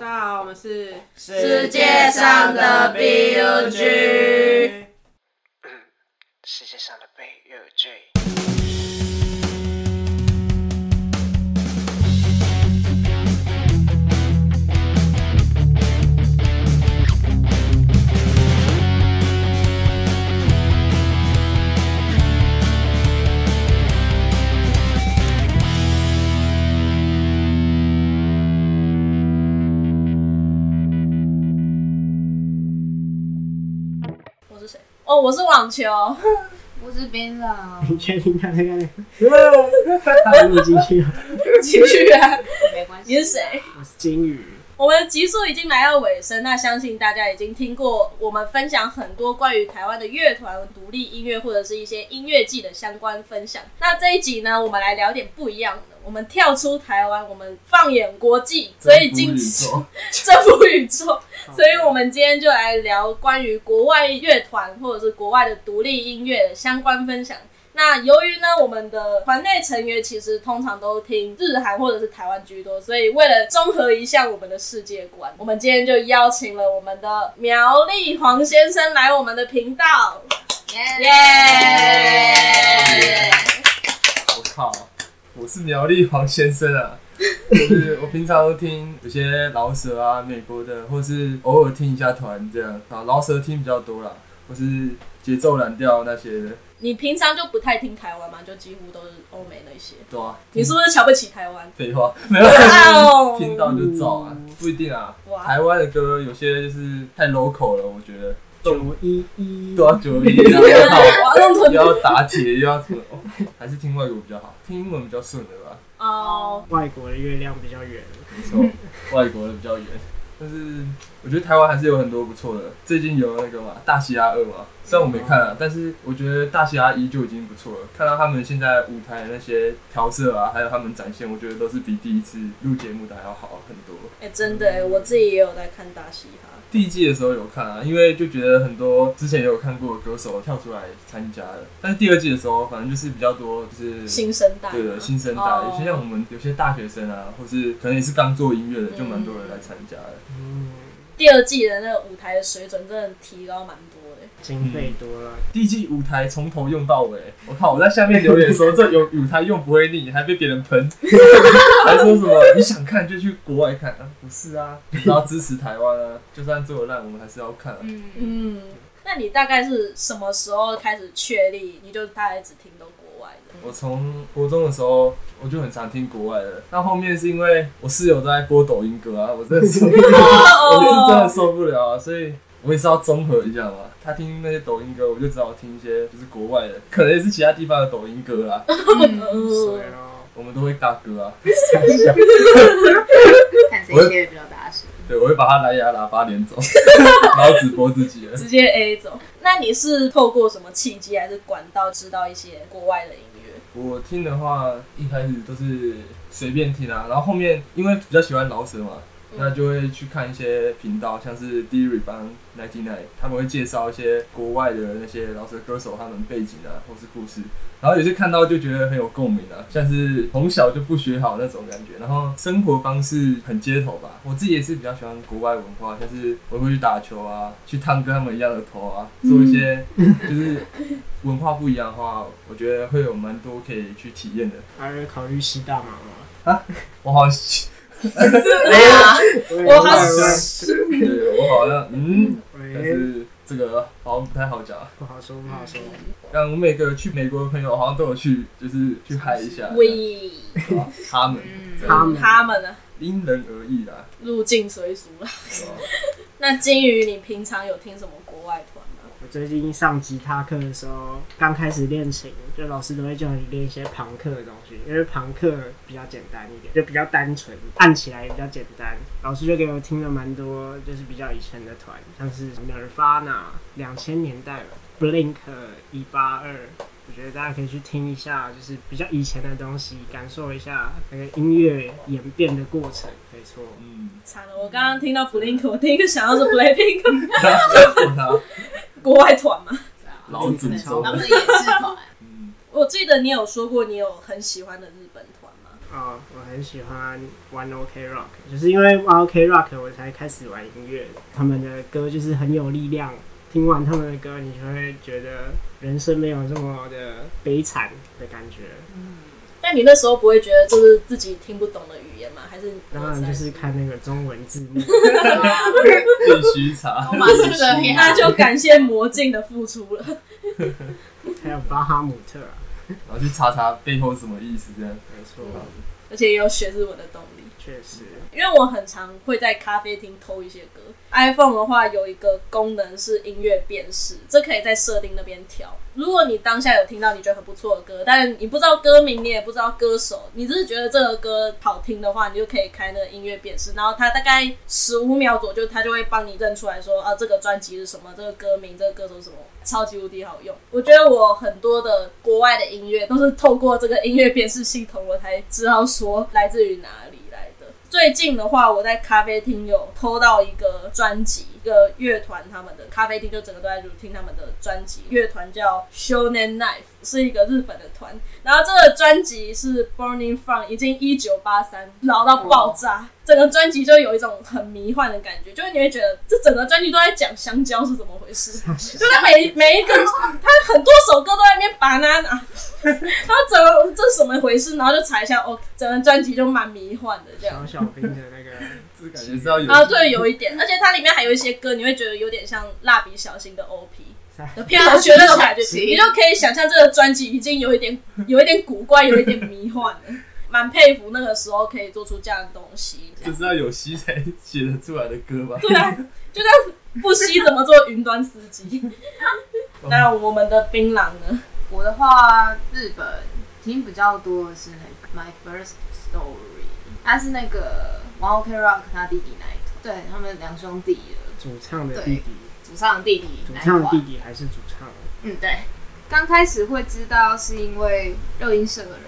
我们是世界上的 BUG 世界上的 BUG。我是谁？哦，我是网球。 我是槟榔，你确定看那个？还录进去了？继续啊！没关你系。是谁？我是金鱼，我们的集数已经来到尾声，那相信大家已经听过我们分享很多关于台湾的乐团、独立音乐或者是一些音乐季的相关分享。那这一集呢，我们来聊点不一样的，我们跳出台湾，我们放眼国际，所以今 征服宇宙。所以，我们今天就来聊关于国外乐团或者是国外的独立音乐的相关分享。那由于呢，我们的团内成员其实通常都听日韩或者是台湾居多，所以为了综合一下我们的世界观，我们今天就邀请了我们的苗栗黄先生来我们的频道，耶、我靠，我是苗栗黄先生啊！ 就是我平常都听有些饶舌啊，美国的，或是偶尔听一下团这样啊，饶舌听比较多啦，或是节奏蓝调那些的，你平常就不太听台湾嘛，就几乎都是欧美那些。对啊。你是不是瞧不起台湾？废话，没有 哦听到就造啊，不一定啊哇。台湾的歌有些就是太 local 了，我觉得。九一一对，啊，九一然后 又要哇那么又要打铁，又要什么、哦还是听外国比较好，听英文比较顺的吧。哦，外国的月亮比较圆。没错，外国的比较远。但是我觉得台湾还是有很多不错的。最近有那个嘛，《大西洋二》嘛，虽然我没看啊，但是我觉得《大西洋一》就已经不错了。看到他们现在舞台的那些调色啊，还有他们展现，我觉得都是比第一次录节目的还要好很多。哎、真的、哎，我自己也有在看大嘻哈。第一季的时候有看啊，因为就觉得很多之前也有看过的歌手跳出来参加的，但是第二季的时候，反正就是比较多就是新生代嘛，对的新生代，哦有些像我们有些大学生啊，或是可能也是刚做音嗯乐的，就蛮多人来参加的。嗯，第二季的那个舞台的水准真的提高蛮多的。经费多了，第一季舞台从头用到尾，我靠！我在下面留言说这有舞台用不会腻，还被别人喷， 还说什么你想看就去国外看啊？不是啊，就是要支持台湾啊！ 就算做的烂，我们还是要看啊。嗯，嗯，那你大概是什么时候开始确立，你就大概只听到国外的？我从国中的时候，我就很常听国外的。那后面是因为我室友都在播抖音歌啊，我真的受不了，我是真的受不了啊，所以我也是要综合一下嘛。他听那些抖音歌，我就只好听一些就是国外的，可能也是其他地方的抖音歌啦。水嗯，哦，我们都会大哥啊，看谁切的比较踏实。对，我会把他蓝牙喇叭连走，然后只播自己的。直接 A 走。啊那你是透过什么契机还是管道知道一些国外的音乐？我听的话，一开始都是随便听啊，然后后面因为比较喜欢饶舌嘛，那就会去看一些频道，像是 d r e b a n Ninety Nine，他们会介绍一些国外的那些饶舌歌手他们背景啊，或是故事。然后也是看到就觉得很有共鸣啊，像是从小就不学好那种感觉，然后生活方式很街头吧。我自己也是比较喜欢国外文化，像是我会去打球啊，去烫跟他们一样的头啊，做一些就是文化不一样的话，我觉得会有蛮多可以去体验的。还有考虑吸大麻吗？我好像， 我好对我好像，嗯，但喂，是这个好像不太好讲啊。不好说，不好说。但我每个去美国的朋友好像都有去，就是去嗨一下，喂，对吧他们嗯，对他们他们呢？因人而异啦，入境随俗了。对吧那金鱼，你平常有听什么国外团吗？我最近上吉他课的时候，刚开始练琴，就老师都会叫你练一些朋克的东西，因为朋克比较简单一点，就比较单纯，按起来也比较简单。老师就给我听了蛮多，就是比较以前的团，像是 Nirvana 两千年代吧，Blink 一八二。我觉得大家可以去听一下，就是比较以前的东西，感受一下那个音乐演变的过程。没错，嗯，惨了，我刚刚听到 Blink，我 第一个想到是 Blackpink 他国外团嘛。老祖宗他，们也是团，嗯，我记得你有说过你有很喜欢的日本团吗？哦，我很喜欢 One OK Rock，就是因为 One OK Rock 我才开始玩音乐，他们的歌就是很有力量。听完他们的歌，你就会觉得人生没有这么的悲惨的感觉。但你那时候不会觉得这是自己听不懂的语言吗？还是你不当然在就是看那个中文字幕，必须查我。妈是这样，那就感谢魔镜的付出了。还有巴哈姆特、啊，然后去查查背后是什么意思，这样。没错， 而且也有学日文的动力。确实。因为我很常会在咖啡厅偷一些歌。iPhone 的话有一个功能是音乐辨识，这可以在设定那边调。如果你当下有听到你觉得很不错的歌，但你不知道歌名，你也不知道歌手，你只是觉得这个歌好听的话，你就可以开那个音乐辨识，然后它大概十五秒左右，它就会帮你认出来说啊，这个专辑是什么，这个歌名，这个歌手是什么，超级无敌好用。我觉得我很多的国外的音乐都是透过这个音乐辨识系统，我才知道说来自于哪里来的。最近的话，我在咖啡厅有偷到一个专辑，一个乐团他们的咖啡厅就整个都在听他们的专辑。乐团叫 Shonen Knife，是一个日本的团。然后这个专辑是 Burning Fun，已经一九八三，老到爆炸。整个专辑就有一种很迷幻的感觉，就是你会觉得这整个专辑都在讲香蕉是怎么回事，就在每每一个他很多首歌都在那边拔拿 拿，然后整个这是怎么回事，然后就查一下，哦，整个专辑就蛮迷幻的这样小。小兵的那个，这感觉是要有啊，对，有一点，而且它里面还有一些歌，你会觉得有点像蜡笔小新的 OP 的片头曲那种感觉，你就可以想象这个专辑已经有一点 有一点古怪，有一点迷幻 了，蛮佩服那个时候可以做出这样的东西。就是要有戏才写得出来的歌吧。对啊，就像不惜怎么做云端司机。哦那我们的槟榔呢？我的话，日本听比较多的是那个 My First Story，他是那个 One Ok Rock 他弟弟那一团，对他们两兄弟的主唱的弟弟，祖上的弟弟主那一唱的弟团，弟还是主唱，嗯对。刚开始会知道是因为热音社的人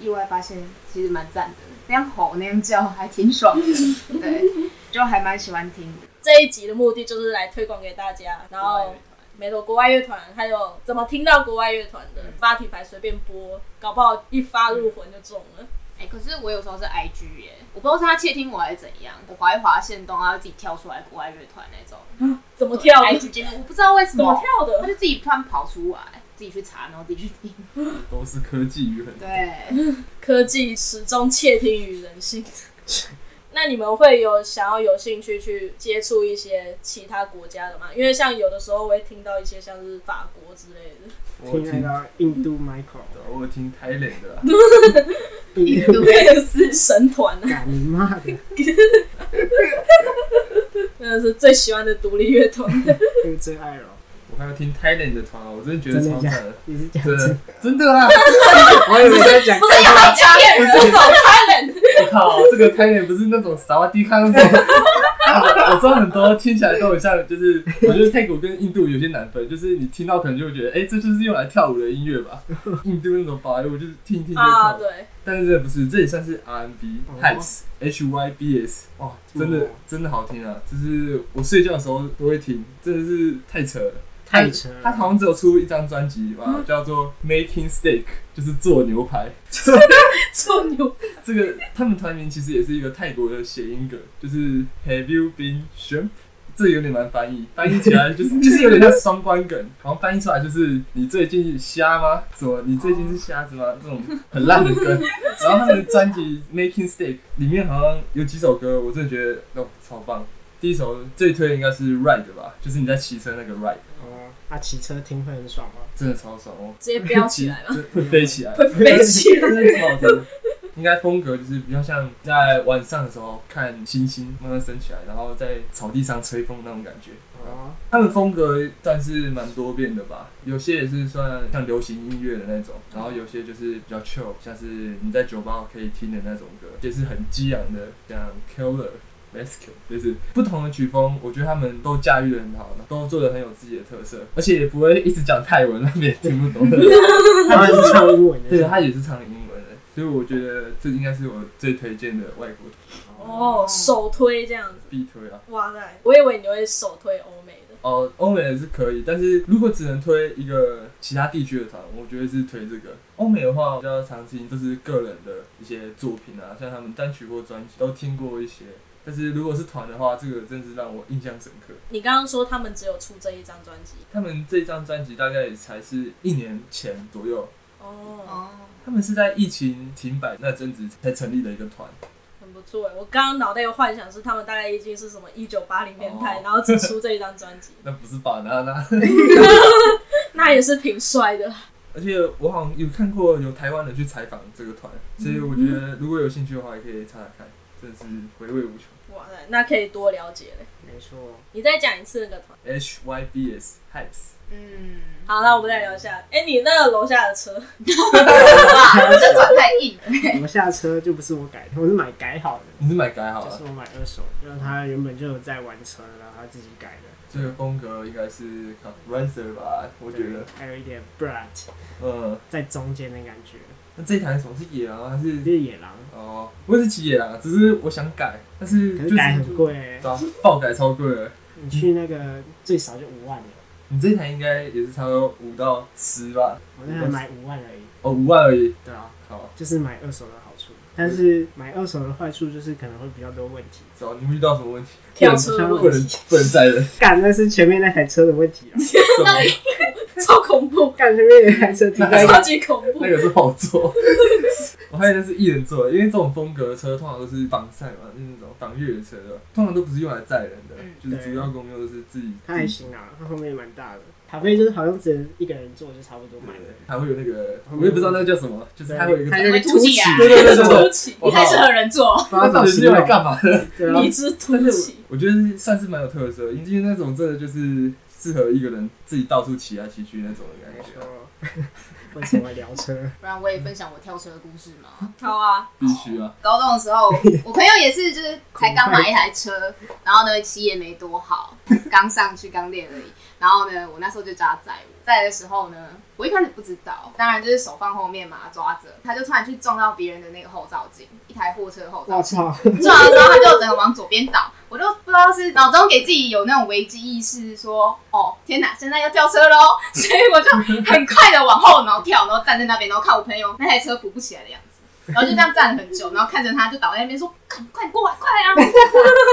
意外发现，其实蛮赞的，那样吼那样叫还挺爽的，对，就还蛮喜欢听的。这一集的目的就是来推广给大家， 然后。没错，国外乐团，还有怎么听到国外乐团的，发体牌随便播，搞不好一发入魂就中了。哎、可是我有时候是 IG 耶、我不知道是他窃听我还是怎样，我滑一滑线动，他会自己跳出来国外乐团那种。怎么跳的？ ？IG 界面我不知道为什怎么么跳他的？就自己突然跑出来，自己去查，然后自己去听。都是科技与很对，科技始终窃听于人 性。那你们会有想要有兴趣去接触一些其他国家的吗？因为像有的时候我会听到一些像是法国之类的，我有听听那个印度 Michael，我有听 Thailand 的啦，印对度不对？类似神团啊，敢你妈的， 真的是最喜欢的独立乐团。那个最爱了，我还有听 Thailand 的团啊，我真的觉得真的超假赞的， 你是讲真真的真 的啊！我以为在 讲不是要来讲骗人，不懂他人。我靠，这个 Thailand 不是那种萨瓦迪卡那种。啊 我知道很多听起来都很像，就是我觉得泰国跟印度有些难分，就是你听到可能就会觉得，哎、这就是用来跳舞的音 乐吧。印度那种芭蕾舞就是听一听就啊，跳舞，对，但是这不是，这也算是 R&B 哦 Hats H Y B S，哇，真的哦真的好听啊！就是我睡觉的时候都会听，真的是太扯了。太扯了他好像只有出一张专嗯辑吧，叫做《Making Steak》，就是做牛排。 做牛这个他们团名其实也是一个泰国的谐音梗，就是 Have you been shrimp？这有点难翻译，翻译起来 就是就是有点像双关梗，好像翻译出来就是你最近瞎吗？什么？你最近是瞎子哦吗？这种很烂 的梗。然后他们的专辑《Making Steak》里面好像有几首歌，我真的觉得哦超棒。第一首最推的应该是《Ride》吧，就是你在骑车那个《Ride》，哦，他骑车听会很爽吗？真的超爽哦，直接飙起来嘛，真的会飞起来，会 飞起来。真的超好听。应该风格就是比较像在晚上的时候看星星慢慢升起来，然后在草地上吹风那种感觉。哦，他们风格算是蛮多变的吧，有些也是算像流行音乐的那种，然后有些就是比较 chill，像是你在酒吧可以听的那种歌，也是很激昂的，像 Killer。Rescue 就是不同的曲风，我觉得他们都驾驭的很好，都做的很有自己的特色，而且也不会一直讲泰文，那边也听不懂。他们是唱英文的，对，他也是唱英文的，所以我觉得这应该是我最推荐的外国 哦，首推这样子，必推啊。哇塞！我以为你会首推欧美的，哦，欧美也是可以，但是如果只能推一个其他地区的团，我觉得是推这个。欧美的话，比较常听都是个人的一些作品啊，像他们单曲或专辑都听过一些。但是如果是团的话，这个真是让我印象深刻。你刚刚说他们只有出这一张专辑他们这张专辑大概也才是一年前左右，哦， 哦，他们是在疫情停摆那阵子才成立的一个团。很不错哎。我刚刚脑袋有幻想是他们大概已经是什么一九八零年代，哦然后只出这一张专辑，那不是把那那，那也是挺帅的。而且我好像有看过有台湾人去采访这个团，所以我觉得如果有兴趣的话，也可以查查看，真的是回味无穷。哇塞，那可以多了解嘞。没错，你再讲一次那个团。 H Y B S Hypes，嗯，好，那我们再聊一下。哎、你那个楼下的车，哇，这转太硬了。我下车就不是我改的，我是买改好的，你是买改好就是了，我买二手，就是他原本就有在玩车，然后他自己改的，这个风格应该是 Rancer 吧？我觉得，还有一点 brat 嗯，在中间的感觉，那这一台是什么是野狼还？就是是野狼，哦，我也是骑野狼，只是我想改，但是可就是是改很贵、欸，对啊，爆改超贵了。你去那个最少就五万了，你这一台应该也是差不多五到十吧？我那还买五万而已，哦，五万而已。对啊，好，就是买二手的好处，但是买二手的坏处就是可能会比较多问题，走，你们遇到什么问题？跳车的不问能题不能载 人，干那是前面那台车的问题啊，什么超恐怖，干前面那台车停在超级恐怖那。个是后座。 我还以为那是一人座的，因为这种风格的车通常都是防晒嘛，就是那种防越野车的，通常都不是用来载人的，嗯就是主要功用就是自己。它还行啊，它后面蛮大的，咖啡就是好像只能一个人坐就差不多买对了。还会有那个，我也不知道那个叫什么，就是它会有一个它有一个凸起，对对对对凸对，起，我你靠太适合人做，它到底是用来干嘛的？对啊你，之凸起， 我觉得算是蛮有特色，因为那种真的就是适合一个人自己到处骑来骑去那种的没感觉，错，为什么聊车？不然我也分享我跳车的故事嘛。好啊，必须啊。高中的时候，我朋友也是，就是才刚买一台车，然后呢骑也没多好，刚上去刚练而已。然后呢，我那时候就叫他载我，载的时候呢，我一开始不知道，当然就是手放后面嘛，抓着，他就突然去撞到别人的那个后照镜，一台货车的后照我镜。操，撞的时候他就整个往左边倒，我就不知道是脑中给自己有那种危机意识说，哦天哪，现在要跳车喽，所以我就很快的往后然后跳，然后站在那边，然后看我朋友那台车扶不起来的样子，然后就这样站了很久，然后看着他就倒在那边说，赶快过来，快来啊！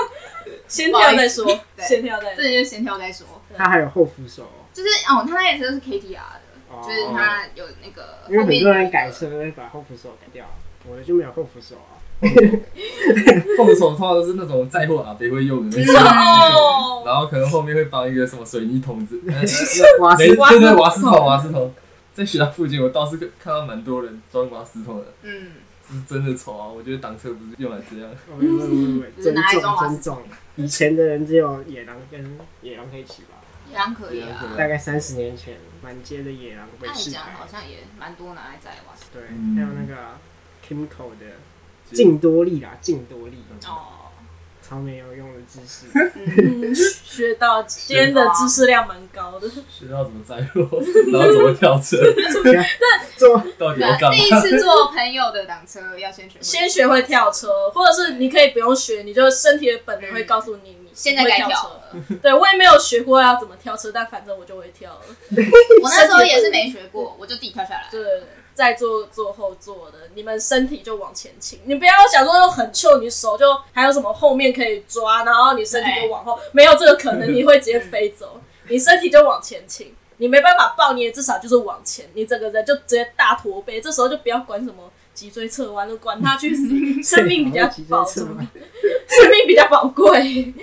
先跳再说，对先跳再这说。就先跳再说，它还有后扶手哦，就是哦，他那台车是 K T R 的，哦就是他有那个因为后很面多有一人个改车都会把后扶手改掉，我的就没有后扶手啊。后手通常都是那种载货阿伯会用的那种，哦，然后可能后面会放一个什么水泥桶 子，哇塞没，对对，瓦斯桶，瓦斯桶。在学校附近，我倒是看到蛮多人装瓦斯桶的，嗯，这是真的丑啊！我觉得挡车不是用来这样，喂喂喂喂，就是尊拿来装重瓦斯尊重。以前的人只有野狼跟野狼可以骑吧，也还可以也还啊可以。大概三十年前满街的野狼被按试讲牌好，像也蛮多拿来载哇塞，对，嗯还有那个啊 Kimco 的净多利啦，净多利，哦，超没有用的知识。嗯，嗯学到今天的知识量蛮高的，学到怎么载货， 然后怎么跳 车，做 到底要那干啊嘛第？一次坐朋友的挡车要先学会，先学会跳车，或者是你可以不用学，你就身体的本能会告诉你，你现在该会跳跳了。车。对我也没有学过要怎么跳车，但反正我就会跳了。我那时候也是没学过，我就自己跳下来。对，在坐坐后座的，你们身体就往前倾，你不要想说很翘，你手就还有什么后面可以抓，然后你身体就往后，没有这个可能，你会直接飞走，你身体就往前倾。你没办法抱，你也至少就是往前，你整个人就直接大驼背，这时候就不要管什么脊椎侧弯了，管他去死，生命比较宝贵，嘛， 生命比较宝贵。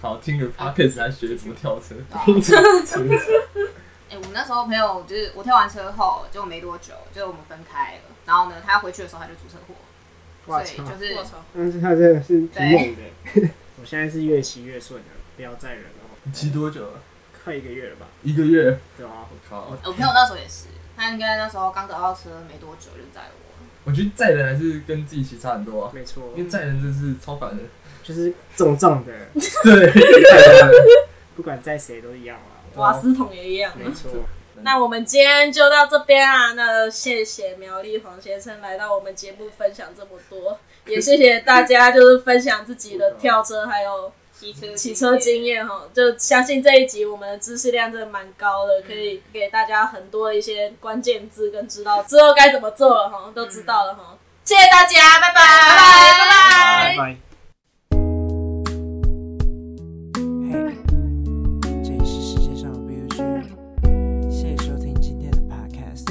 好，听个 podcast 还学怎么跳 车，哎、我们那时候朋友就是我跳完车后就没多久，就我们分开了。然后呢，他回去的时候他就出车祸，哇所以操！就是我操，但是他真的是挺猛的。 我现在是越骑越顺了，不要载人了，你骑多久了？快一个月了吧？一个月。对啊，我靠！我朋友那时候也是，他应该那时候刚得到车没多久就载我了。我觉得载人还是跟自己骑差很多啊，没错因，为载人真是超烦人。就是重重的，对，载人 不管载谁都一样啊。瓦斯桶也一样啊。没错，那我们今天就到这边啊，那谢谢苗栗黄先生来到我们节目分享这么多，也谢谢大家就是分享自己的跳车还有骑车骑车经验哈，就相信这一集我们的知识量真的蛮高的，可以给大家很多一些关键字跟知道之后该怎么做了哈，都知道了哈，谢谢大家，拜拜，拜拜拜。拜。嘿，这里是世界上的 B U G，谢谢收听今天的 Podcast。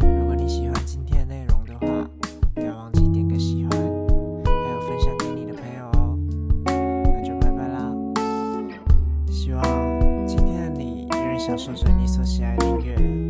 如果你喜欢今天的内容的话，不要忘记点个喜欢，还有分享给你的朋友哦。那就拜拜啦！希望今天的你仍然享受着你所喜爱的音乐。